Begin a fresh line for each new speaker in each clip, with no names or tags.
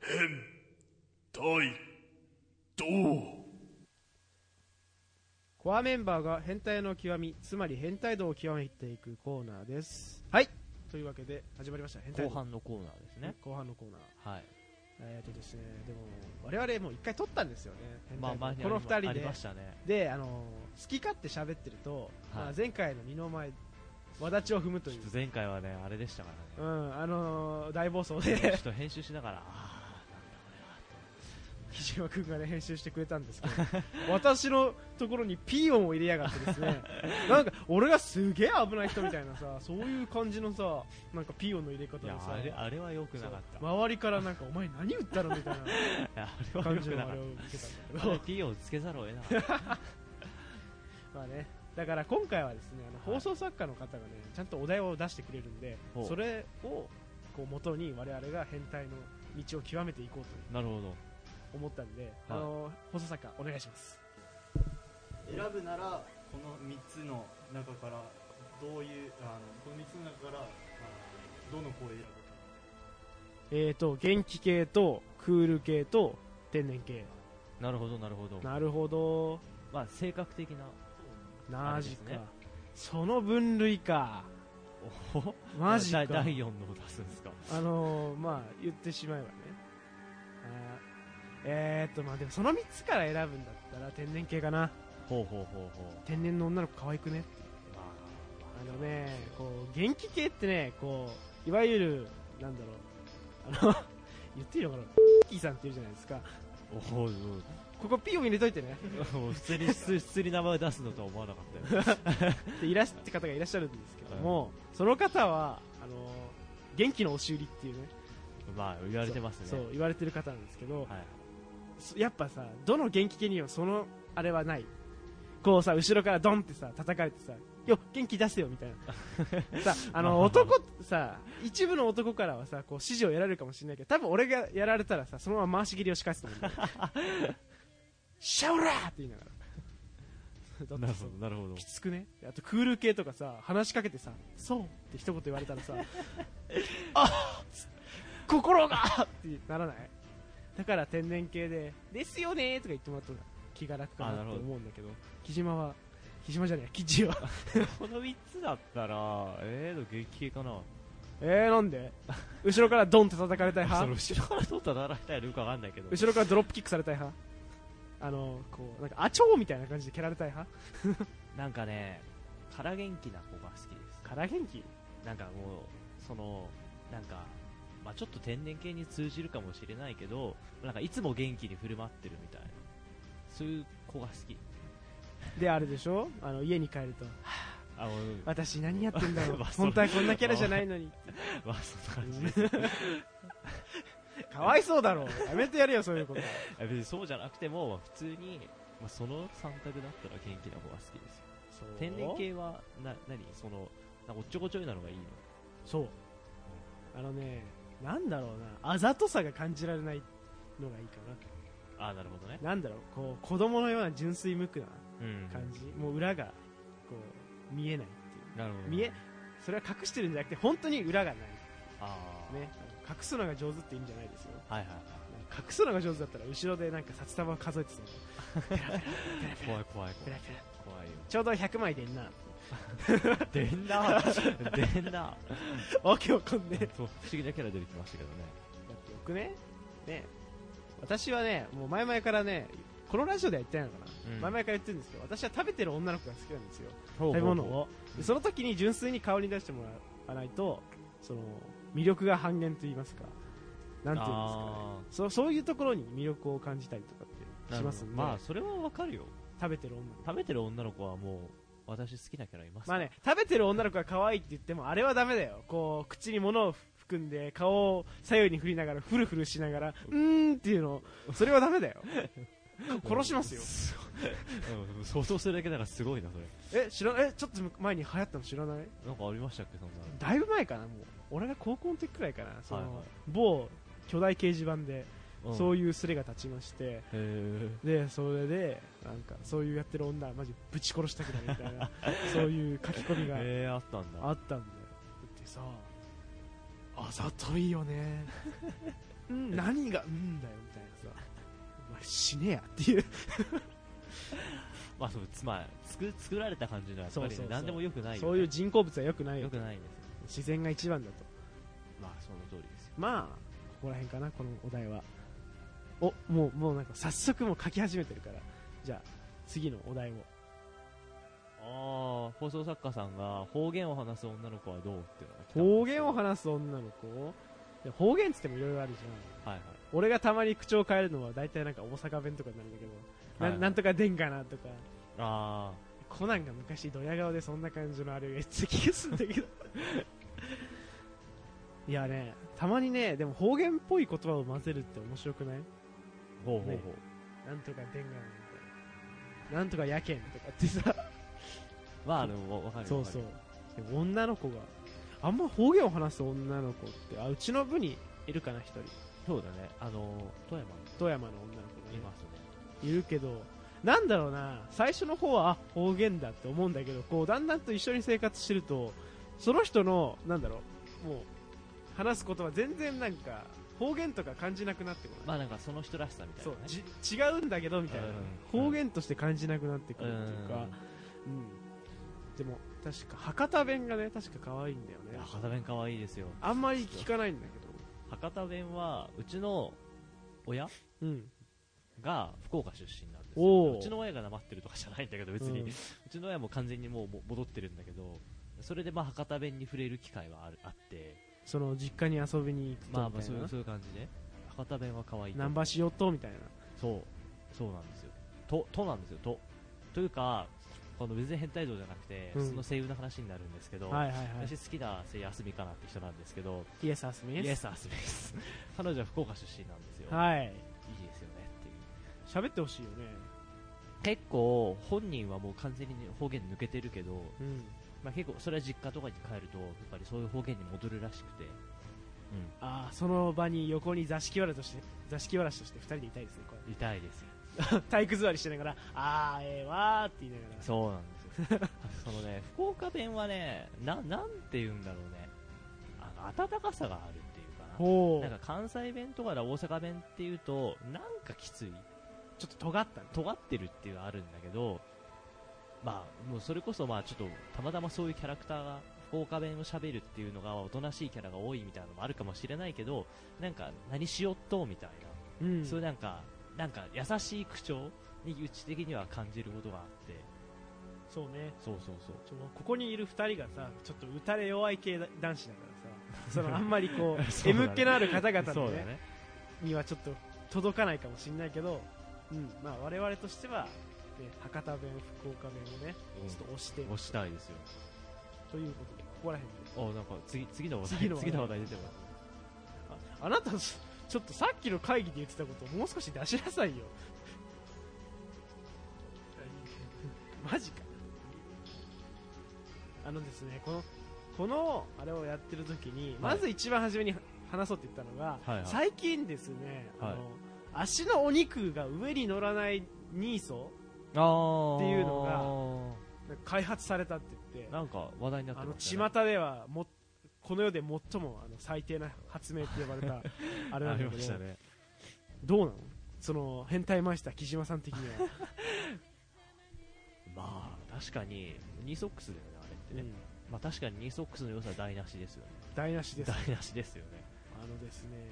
変態道
コアメンバーが変態の極み、つまり変態度を極めていくコーナーです。はい。というわけで、始まりました。変態
後
度。
半のコーナーですね。
後半のコーナー。
はい。
えっ、とですね、でも、我々もう一回撮ったんですよね。変
まあ
態度
前に
この二
あ
人
り
で
ま。したね。
で、あのー好き勝手喋ってると、
はい
まあ前回の二の前、わだちを踏むと
ち
いう
ょっ。と前回はねあれでしたから
う
ね。
ん、あのー大暴走
ちょ
で
っと編集しながらあーなんだこれ は
木島君がね編集してくれたんですけど私のところにピー音を入れやがってです ねなんか俺がすげえ危ない人みたいなさそういう感じのさなんかピー音の入れ方
と。い
で
や
さ
あれあれは良くなかった。
そう周りからなんかお前何言ったのみたい
いや あれ
な感
は良
じ
く
の
な
あ
か
れ
っ
を受けたんだけ
た。あれ
ど
P をつけざるを得なかった。
まあねだから今回はですねあの
は
放
い
送作家の方がねちゃんとお題を出してくれるんで
ほう
それをこう元に我々が変態の道を極めていこうと
なるほど。
思ったんで、あの放送作家お願いします
選ぶならこの3つの中からどういうあのこの3つの中からあのどの子を選ぶか
えーと元気系とクール系と天然系
なるほどなるほど。
なるほど
まあ性格的な。
マジ
あ
か、
れですね
その分類か
お ほ
マジか
だ第4のを出すんですか。
あのー、まあ言ってしまえばねあーえー、っとまあでもその3つから選ぶんだったら天然系かな
ほうほうほうほう。
天然の女の子可愛くね
ま
あのねこう元気系ってねこういわゆるなんだろうあの 言っていいのかなキーさんって言うじゃないですか
あおほう
ここピーを入れといてね
お ほう普通に普通普通に名前出すのとは思わなかった よ。
っていらっしゃって方がいらっしゃるんですけども、その方はあの元気の押し売りっていうね
まあ言われてますね。
そう言われてる方なんですけど、
はい。
そやっぱさどの元気系にもそのあれはないこうさ後ろからドンってさ叩かれてさよ元気出せよみたい なさあの
まあ
男さ一部の男からはさこう指示をやられるかもしれないけど多分俺がやられたらさそのまま回し切りをしかすと思う んだよシャオラーって言いながらだ
な
っ
る
て
ほ
そう
どなるほど
き。つくねあとクール系とかさ話しかけてさそうって一言言われたらさ あ心がってならないだから天然系でですよねとか言ってもらったら気が楽か
あ
な
な
って
るほど
思うんだけど木島は木島じゃねえ木地は
この3つだったら、えーと、激系かな。
えーなんで後ろからドンって叩かれたい
そ
派
の後ろから取ったらられたらよくわかんないけど。
後ろからドロップキックされたい派あのこうなんかアチョーみたいな感じで蹴られたい派
なんかね、から元気な子が好きです。
から元気
なんかもう、その、なんか、まあちょっと天然系に通じるかもしれないけど、なんかいつも元気に振る舞ってるみたいな。そういう子が好き。
であれでしょあの家に帰ると
あ、もう、
私何やってんだ ろう
まあそれ
本当はこんなキャラじゃないのに
まあそんな感じ。
かわいそうだろうやめてやれよそういうこと
あ別にそうじゃなくても、普通に、まあその3択だったら元気な子が好きですよ。天然系は、な、なにその、なんかおっちょこちょいなのがいいの
そうあのねなんだろうなあざとさが感じられないのがいいか
あ、なるほどね。
ななんだろうこう子供のような純粋無垢な
うん
感じ、もう裏がこう見えないっていう
なるほど。
見えそれは隠してるんじゃなくて本当に裏がない
ああ。
ね。隠すのが上手って意味じゃないですよ
はいはいは
隠すのが上手だったら後ろでなんか札束を数えてたの
い。怖い怖い
ペ
怖
ラ
い。
ペラ
怖いよ。
ちょうど100枚でんな
でんな でんな
わけわかんねえ
そう、不思議なキャラ出てきましたけどね。
やってよくねね私はねもう前々からねこのラジオでは言ってないのかな、
うん
前々から言ってるんですけど私は食べてる女の子が好きなんですよ
食
食べ物をでその時に純粋に顔に出してもらわないとその魅力が半減と言いますかなんて言うんですかね
あ
そうそういうところに魅力を感じたりとかって
ー
しますんで、
まあ、それはわかるよ。
食べてる女の子
食べてる女の子はもう、私好きなキャラいます。
まあね、食べてる女の子が可愛いって言ってもあれはダメだよこう口に物を含んで顔を左右に振りながらフルフルしなが らうーんっていうのそれはダメだよ殺しますよ
うん。想像するだけだからすごいな、それ。
え知らないえちょっと前に流行ったの知らない
なんかありましたっけ、そんなの。
だいぶ前かなもう俺が高校の時くらいかなその、
はいはい。
某巨大掲示板で、そううんいうスレが立ちまして
へー
でそれでなんかそういうやってる女マジぶち殺したくなるみたい なそういう書き込みが
えー、あったんだ。
あったんだよだってさあざといよねうん何がうんだよみたいなさお前死ねやっていう
まあそうつまり作作られた感じのやっぱり、ね、
そうそうそう
何でもよくないよ、ね、
そういう人工物はよくない
よ
よ
くないんですよ
自然が一番だと
まあその通りですよ
まあここら辺かなこのお題はおもうもうなんか早速もう書き始めてるからじゃあ次のお題を
ああ放送作家さんが方言を話す女の子はどうっていうのが来たんですよ
方言を話す女の子いや方言っつってもいろいろあるじゃん
はいはい
俺がたまに口調変えるのは大体なんか大阪弁とかになるんだけど、
はい
な
はい
なんとかでんかなとか
あ
コナンが昔ドヤ顔でそんな感じのあれを言ってた気がするんだけど いやねたまにねでも方言っぽい言葉を混ぜるって面白くない
あほうほうほう、
ねなんとかでんがなみたいななんとかやけんとかってさ
まああのわかる
そうそうでも女の子があんま方言を話す女の子ってあうちの部にいるかな一人
そうだねあの富山
富山の女の子
にい
がね
ますね
いるけどなんだろうな最初の方はあ方言だって思うんだけどこうだんだんと一緒に生活してるとその人のなんだろうもう話す言葉全然なんか方言とか感じなくなってこない、
まあなんかその人らしさみたい
そ
な
う
ね
じ違うんだけどみたいな、
うん
方言として感じなくなってくるっていうか、うん、でも確か博多弁がね確か可愛いんだよ
いや
ね
博多弁可愛いですよ
あんまり聞かないんだけ
博多弁はうちの親
どうん
が福岡出身なんです
お
よ
ー
うちの親がなまってるとかじゃないんだけど別に、
う
うんちの親も完全にもうも戻ってるんだけどそれでまあ博多弁に触れる機会はあるあって
その実家に遊びに行くとみたい
まあ
な、
まあそういうそういう感じで博多弁は可愛い
ナンバーしようとみたいな
そうそうなんですよととなんですよとというかこの別に変態像じゃなくて、
うん
その声優の話になるんですけど、
はいはいはい
私好きな声優休みかなって人なんですけど
イエスアスミ
イエス・アスミ です。彼女は福岡出身なんですよ。
はい
いいですよねっていう。
喋ってほしいよね
結構、本人はもう完全に方言抜けてるけど、
うん
まあ、結構、それは実家とかに帰ると、やっぱりそういう方言に戻るらしくて、
ああその場に横に座敷わらとして座敷わらしとして二人でいたいですねこ
うん、痛いですよ。
う体育座りしてながらあーええわーって言いながら
そうなんですよ。 そのね、福岡弁はね、な、なんて言うんだろうね。あの、温かさがあるっていうかな。
ほ
なん
う
か関西弁とかだ大阪弁っていうと、なんかきつい。
ちょっと尖ったね
尖ってるっていうのはあるんだけど、まあ、もうそれこそまあちょっとたまたまそういうキャラクターが福岡弁を喋るっていうのがおとなしいキャラが多いみたいなのもあるかもしれないけど、なんか何しよっとみたいな、
うん
そういうなんか、なんか優しい口調にうち的には感じることがあって、
そうね
そうそうそう。
そのここにいる2人がさちょっと打たれ弱い系だ男子だからさそのあんまりこう
そうだね
M っ気のある方々
そ
の
うだ
ね
ね。
にはちょっと届かないかもしれないけど、うんまあ、我々としては、ね、博多弁福岡弁をね
うん
ちょっと押して、
押したいですよ。
ということでここら辺で
あ、なんか次、次の話 題、
次
次
の
の
話題
話題出てます。
あなたちょっとさっきの会議で言ってたことをもう少し出しなさいよ マジかあのですねこのこのあれをやってる時に、
はい
まず一番初めに話そうって言ったのが、
はいはい
最近ですね、
はい
あの足のお肉が上に乗らないニーソ
あー
っていうの開発されたって言って
なんか話題になっ
あ
て
の
ました
巷ではもこの世で最もあの最低な発明って呼ばれ たあれな
あ
ん
り
だ
ま
け
し
ど、
たね。
どうなのその変態マイスター木島さん的に は、
まあ確かにニソックスだよねあれって
う
ね、
ん
まあ確かにニソックスの良さは台無しですよね
台無しです
台無しですよね
あのですね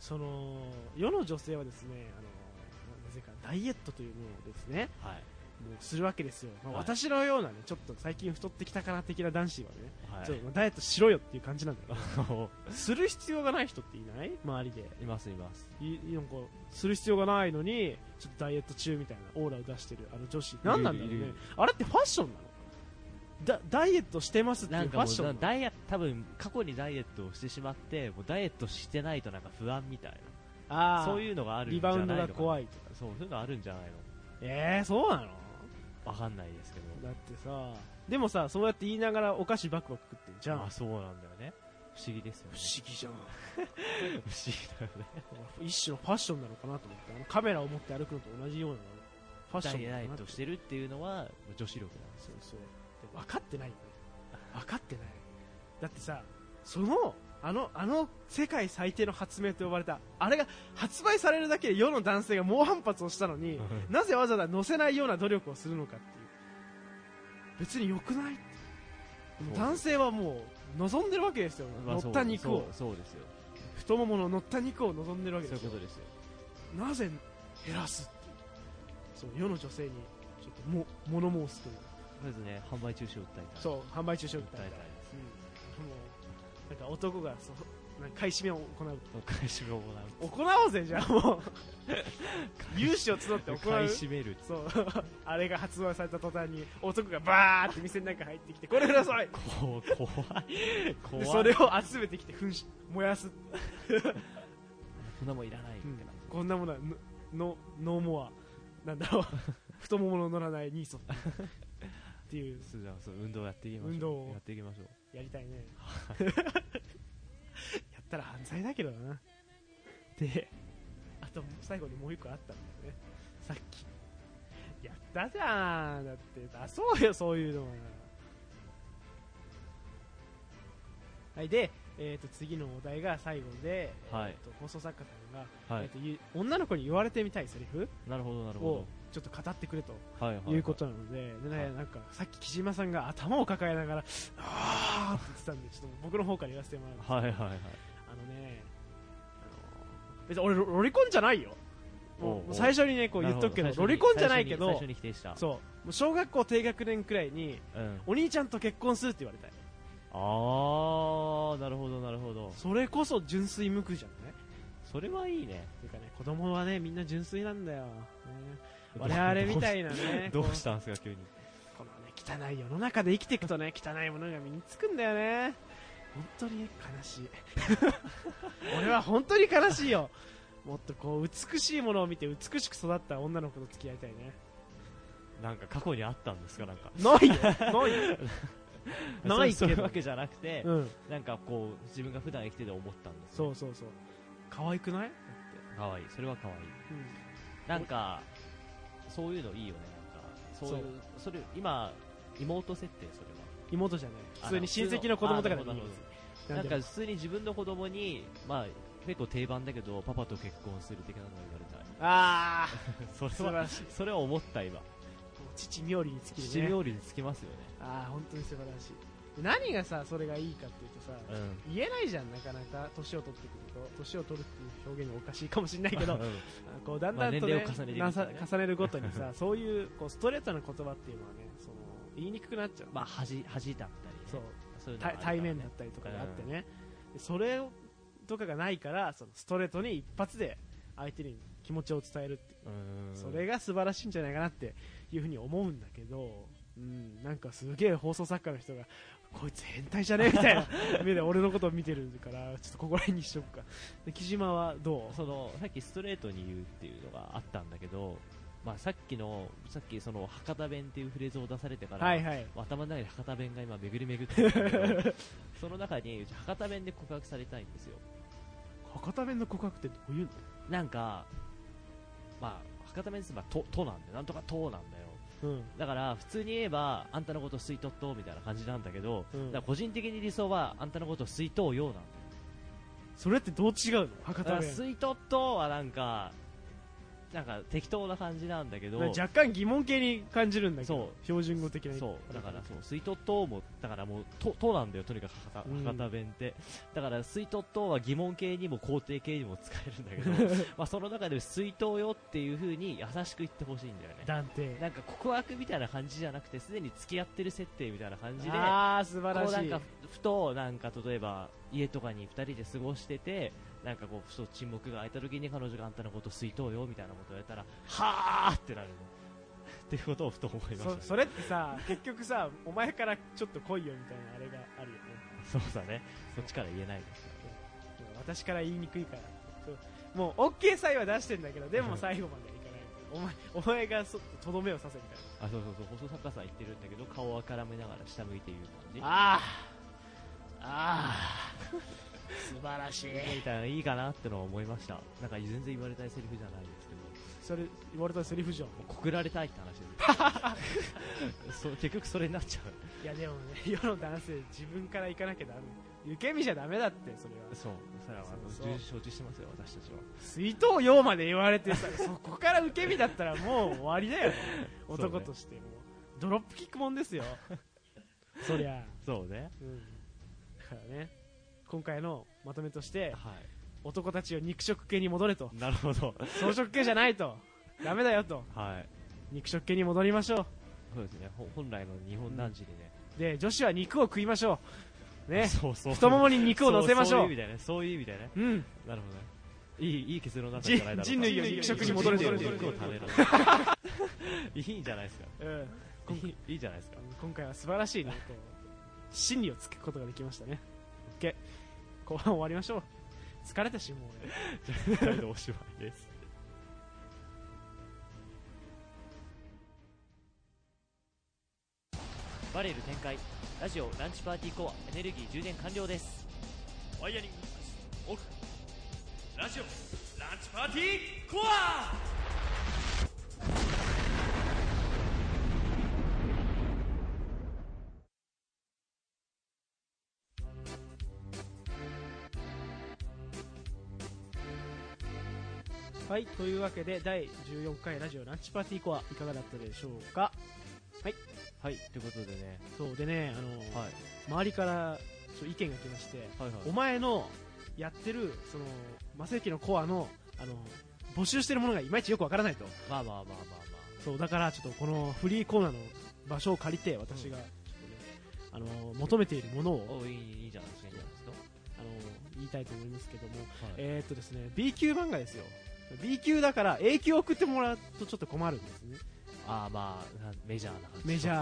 その世の女性はですねあのなぜかダイエットというものをですね
はい
もうするわけですよ、まあ
はい
私のようなねちょっと最近太ってきたかな的な男子はね、
はい
ちょっとまあダイエットしろよっていう感じなんだ けど
あの
する必要がない人っていない周りで
いますいます
いいなんかする必要がないのにちょっとダイエット中みたいなオーラを出してるあの女子何なんだろう
いるい
ね
る
あれってファッションなのだダイエットしてますってい
な
うんフ
か
ァ
も
ッシ
う
ョ
な
ンなの
ダイエット多分過去にダイエットをしてしまってもうダイエットしてないとなんか不安みたい
あー
なそういうのがあるん
リ
じゃ
バ
な
ウ
いの
ン
か
ド
な
が怖いとか
そうそういうのあるんじゃない
えー、そうなの
のわかんないですけど
だってさでもさそうやって言いながらお菓子バクバク食ってるじゃん不
まあ
思
そうなんだよね不思議ですよね
議じゃん
不思議だよね
一種のファッションなのかなと思ってあのカメラを持って歩くのと同じようなファッシ
ダ
ョンな
イエ
のかな
ッ
と
トしてるっていうのは女子力なんです
そうそうで分かってないよね分かってないだってさそのあのあの世界最低の発明と呼ばれたあれが発売されるだけで世の男性が猛反発をしたのになぜわざわざ載せないような努力をするのかっていう別に良くない
そう
男性はもう望んでるわけですよ、
まあ
乗った肉を
そうそうそうですよ
太ももの乗った肉を望んでるわけ
そうい
で
う
すよ
ことですよ
なぜ減らすっていうそう世の女性にちょっとも物申すという
まずね販売中止を訴えた
そう販売中止を訴
訴
え
え
た
た
い
い
うん、もうなんか男がそうなんか買い占めを行う
お買い占めを行う
行おうぜ じゃあもう融資を募って行
買いう占める
そうあれが発売された途端に男がバーって店の中入ってきてこれください
こう怖い怖
で
い
それを集めてきて噴し燃やす、
そんなもんいらないみたいな
こんなものはののノーモアなんだろう太ももの乗らないニーソっていう
そうじゃあそう運動やっていきましょう
運動を
やっていきましょう
やりたい ねやったら犯罪だけどなであと最後にもう一個あったんだよねさっきやったじゃんだって出そうよそういうのははいで、えー、と次のお題が最後で、
はい
えーと放送作家さんが、
は
えー
い
とゆ女の子に言われてみたいセリフ
なるほどなる
を
ほ
ちょっと語ってくれと
どはいはい
いうことなので、でね
はい
なんかさっき木島さんが頭を抱えながら、あーって言ってたんで、ちょっと僕の方から言わせてもらいます。
はいはいはい
あのね、あの別に俺ロ、ロリコンじゃないよ。
おう
もう
おう
最初にね、こう言っとくけど、
なるほ
ロリコンじゃないけ
最
ど
初、に最初に否定した
そう、もう小学校低学年くらいに、
うん
お兄ちゃんと結婚するって言われたい。
ああなるほどなるほど
それこそ純粋無垢じゃない
それはいいね、
ていうかね、子供はね、みんな純粋なんだよ。ね我々みたいなね
どうしたんすか急に
このね汚い世の中で生きていくと ね汚いものが身につくんだよね本当にね悲し い俺は本当に悲しいよもっとこう美しいものを見て美しく育った女の子と付き合いたいね
なんか過去にあったんですかなんか
ないよないよ ない
そう
け
いう
ど
わけじゃなくて
うん
なんかこう自分が普段生きてて思ったんです
そう
よ
そうそう可愛くない、
可愛いそれは可愛い
うん、
なんかそういうのいいよねなんかそういうそれ今妹設定それは
妹じゃない
あ
普通に親戚の子供とかでもいい
なるほどなるほ
な
なん
で
んか
も
普通に自分の子供に、まあ、結構定番だけど、パパと結婚する的なのを言われたい。
ああ
そ
素
れ
晴
は、
らしい
それは思った今。
もう父冥利に尽き
七
るね
料理につきますよね。
ああ本当に素晴らしい何がさそれがいいかっていうとさ、
うん。
言えないじゃんなかなか年を取ってくると年を取るっていう表現がおかしいかもしれないけ ど
う
こうだんだんと、
まあ
ね
年齢を重ねていく
なさ
とね
重ねるごとにさそういうこうストレートな言葉っていうのはねその言いにくくなっちゃう、
んまあ、恥、恥だったりね。
そう
そういうの
た
もあるからね
対面だったりとかがあってね、でそれとかがないからそのストレートに一発で相手に気持ちを伝えるっていう
うん。
それが素晴らしいんじゃないかなっていうふうに思うんだけど、うん、なんかすげえ放送作家の人が、こいつ変態じゃねえみ たいな目で俺のことを見てるから、ちょっとここら辺にしとくか。で、木島はどう
その、さっきストレートに言うっていうのがあったんだけど、まあ、さっきの、さっきその、博多弁っていうフレーズを出されてから、
はいはい。
頭の中で博多弁が今巡り巡ってるんだ けどその中に、博多弁で告白されたいんですよ。
博多弁の告白ってどういうの
なんか、まあ、博多弁ですまあ、と、となんで、なんとかとなんだよ。
うん。
だから、普通に言えば、あんたのこと吸い取っとうみたいな感じなんだけど、
うん
だから個人的に理想は、あんたのこと吸い取うようなんだよ。
それってどう違うの
だ
博
か
多
ら、
弁。
吸い取っとうはなんか、なんか適当な感じなんだけど、
若干疑問系に感じるんだけど
そ、
標準語的な。
そう、だから、そう、吸い取っとうも、だからもう、と、となんだよ、とにかく博多
うん
博多弁って。だから、吸い取っとうは疑問形にも肯定形にも使えるん だけど、まあ、その中で吸い取うよっていう風に優しく言ってほしいんだよね。
断定。
なんか告白みたいな感じじゃなくて、すでに付き合ってる設定みたいな感じで、
あー、素晴ら
こうな
し
ん
い
か。ふふと、なんか例えば家とかに2人で過ごしてて、なんかこう、ふと沈黙が空いた時に彼女があんたのこと吸いとうよみたいなこと言われたら、はーってなるの。 っていうことをふと思いました、ね
そ。それってさ、結局さ、お前からちょっと来いよみたいなあれがあるよね。
そうだね。そっちから言えないですか
私から言いにくいからそうもう OK サインは出してんだけどでも最後まではいかないお前お前がそとどめをさせみたい
ら。あ、そうそうそう、放送作家さん言ってるんだけど、顔をあからめながら下向いて言う感
なああああ素晴らしい
じ。みたいな、いいかなってのは思いました。なんか全然言われたいセリフじゃないですけど。
それ言われたセリフじゃん
もう告られたいって 話ですそう結局それになっちゃう
いやでもね世の男性自分から行かなきゃダメ受け身じゃダメだってそれは
そうそれはあの
そうそう
重々承知してますよ私たちは
水筒用まで言われてさそこから受け身だったらもう終わり だよ、
そうね
男としてもうドロップキックもんですよ そりゃ、
そうね
うん、だからね今回のまとめとして
は
男たちを肉食系に戻れと
いなるほど
草食系じゃないとダメだよと
はい
肉食系に戻りましょ
そうですねほ本来の日本男児にね、
うで女子は肉を食いましょうね
そうそう
太ももに肉を乗せましょう
そうそういう意味だよねそういう意味だよね
うん
なるほどねいいいい結論だったんじゃないだろうか
人類を肉食に戻れ
人類
戻
を
れ
肉を食べろい いんじゃないですか
うん
いいいいじゃないですか
今回は素晴らしいねこう真理をつくことができましたね OK 後半終わりましょう疲れたしもう俺
じゃあ二人でおしまいです
バレル展開ラジオランチパーティーコアエネルギー充電完了です
ワイヤリングオフラジオランチパーティーコア
はいというわけで第14回ラジオランチパーティーコアいかがだったでしょうか
はいということでね、
そうでねあの、
はい、
周りからちょ意見が来まして、
はいはい
お前のやってるその正行のコアのあの募集してるものがいまいちよくわからないと
まあまあまあまあまあ
そうだからちょっとこのフリーコーナーの場所を借りて私が、あの求めているものを
おいいいいじゃないですかいいじゃないですか、
あの言いたいと思いますけどもえ
え
ー、っとですね、B 級漫画ですよ。B 級だから A 級送ってもらうとちょっと困るんですね。
ああまあなメジャーな感じ
メジャー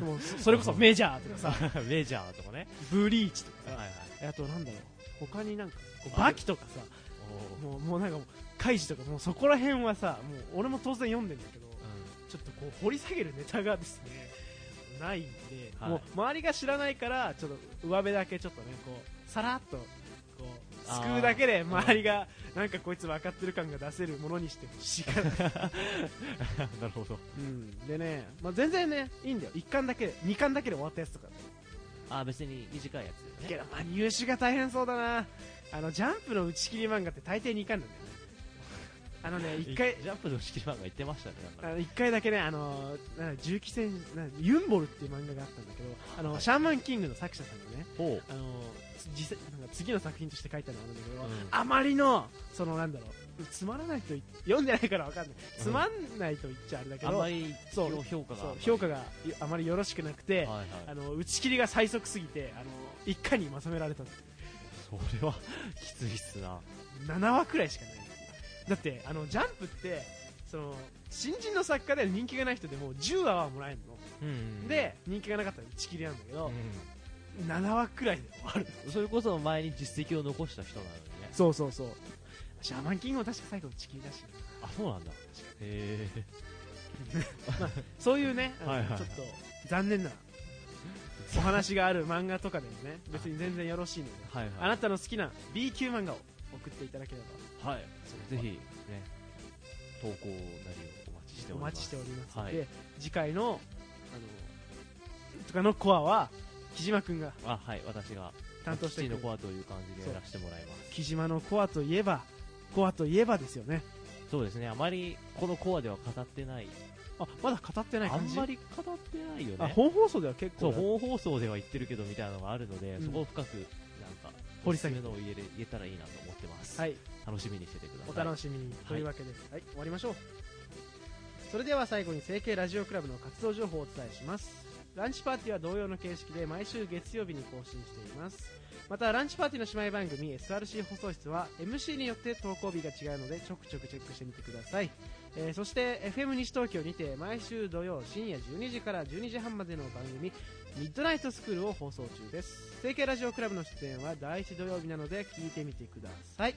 な、もうそそれこそメジャーとかさ、
ー メジャーとかね
ブリーチとか
はいはい
さ、あとなんだろう、他になんか、こうバキとかさ、
おー
もうもうなんかもう、カイジとか、もうそこら辺はさ、もう俺も当然読んでんだけど、ちょっとこう掘り下げるネタがですね、ないんで、
はい
もう周りが知らないから、ちょっと上辺だけちょっとね、こう、さらっと、こう、
あー
すくうだけで周りが、なんかこいつ分かってる感が出せるものにしてほしいから。
うん なるほど
うん、でね、まあ、全然ね、いいんだよ。1巻だけで、2巻だけで終わったやつとか。
ああ別に短いやつ
けど、まあ、入手が大変そうだな。あの、ジャンプの打ち切り漫画って大抵2巻なんだよね。あの ね、1回
い、ジャンプの仕切り漫画言ってましたねなんか
あ
ね
の一回だけね、あの、なんだ銃騎戦、なんだユンボルっていう漫画があったんだけど、あの、シャーマンキングの作者さんがね、
ほう
あの、つ実際、なんか次の作品として書いたのがあるんだけど、
うん
あまりの、そのなんだろう、つまらないとい、読んでないからわかんない。つまんないと言っちゃあれだけ
あん
ど、
まり
そう
評評価が
そう評価がよあまりよろしくなくて、
はいはい
あの打ち切りが最速すぎてあの一家にまとめられたって
それはきついっすな
7話くらいしかないだってあのジャンプってその新人の作家で人気がない人でも10話はもらえるの、
うん
で人気がなかったら打ち切りなんだけ
う
ど、
ん
7話くらいで終わる
それこそ前に実績を残した人なのにね
そうそうそうシャーマンキングも確か最後打ち切りだしな
あそうなんだへえ
そういうね、あの
はいはいはい
ちょっと残念なお話がある漫画とかでもね別に全然よろしいので、
はいはい
あなたの好きな B 級漫画を送っていただければ
はいぜひね投稿なりをお待ちしてお
お
ります
待ちしております、
はい
で次回のあのとかのコアは木島君が
あはい私が
担当してくれ
父の
る
コアという感じでやらせてもらいます
木島のコアといえばコアといえばですよね
そうですねあまりこのコアでは語ってない
あまだ語ってない
あ
感
ん
じ
まり語ってないよ
あ
ね
本放送では結
そう
構
本放送では言ってるけどみたいなのがあるので、
うん
そこを深くなんか
掘り下げ
お
て
すすめのを言えれ言えたらいいなと思ってます、
はい
楽しみにしててください
お楽しみに、というわけで、はい、終わりましょうそれでは最後に成形ラジオクラブの活動情報をお伝えしますランチパーティーは同様の形式で毎週月曜日に更新していますまたランチパーティーの姉妹番組 SRC 放送室は MC によって投稿日が違うのでちょくちょくチェックしてみてください、えーそして FM 西東京にて毎週土曜深夜12時から12時半までの番組ミッドナイトスクールを放送中です成形ラジオクラブの出演は第1土曜日なので聞いてみてください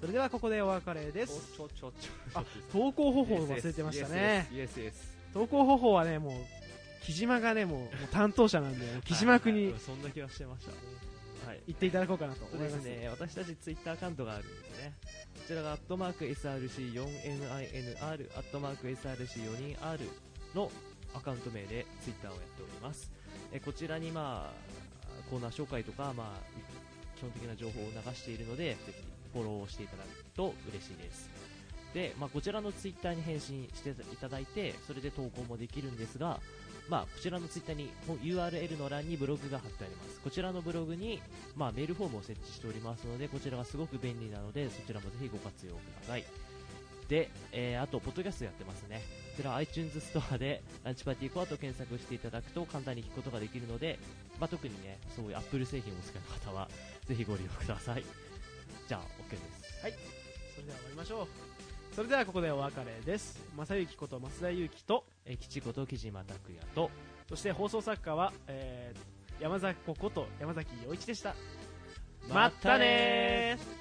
それではここでお別れです
ちょちょちょ
あ投稿方法を忘れてましたね
イエスイエス
投稿方法はねもう木島がねもうもう担当者なんでもう木島君に
そんな気はしてましたはい
言っていただこうかなと
そう
思い
で
ます
すね私たちツイッターアカウントがあるんですねこちらがアットマーク SRC4NINR アットマーク SRC4NR のアカウント名でツイッターをやっておりますえこちらにまあコーナー紹介とか、まあ、基本的な情報を流しているので、ぜひフォローをしていただくと嬉しいです。で、まあ、こちらのツイッターに返信していただいて、それで投稿もできるんですが、まあ、こちらのツイッターにほ URL の欄にブログが貼ってあります。こちらのブログに、まあ、メールフォームを設置しておりますので、こちらがすごく便利なので、そちらもぜひご活用ください。で、えーあと、ポッドキャストやってますね。こちら iTunes ストアで、ランチパーティーコアと検索していただくと簡単に聞くことができるので、まあ、特にね、そういう Apple 製品をお使いの方は、ぜひご利用ください。じゃあ、OK です。
それでは終わりましょうそれではここでお別れです正幸こと増田裕樹と
えー、吉子と木島拓也と、
そして放送作家は、えー山崎子こと山崎陽一でしたまったねー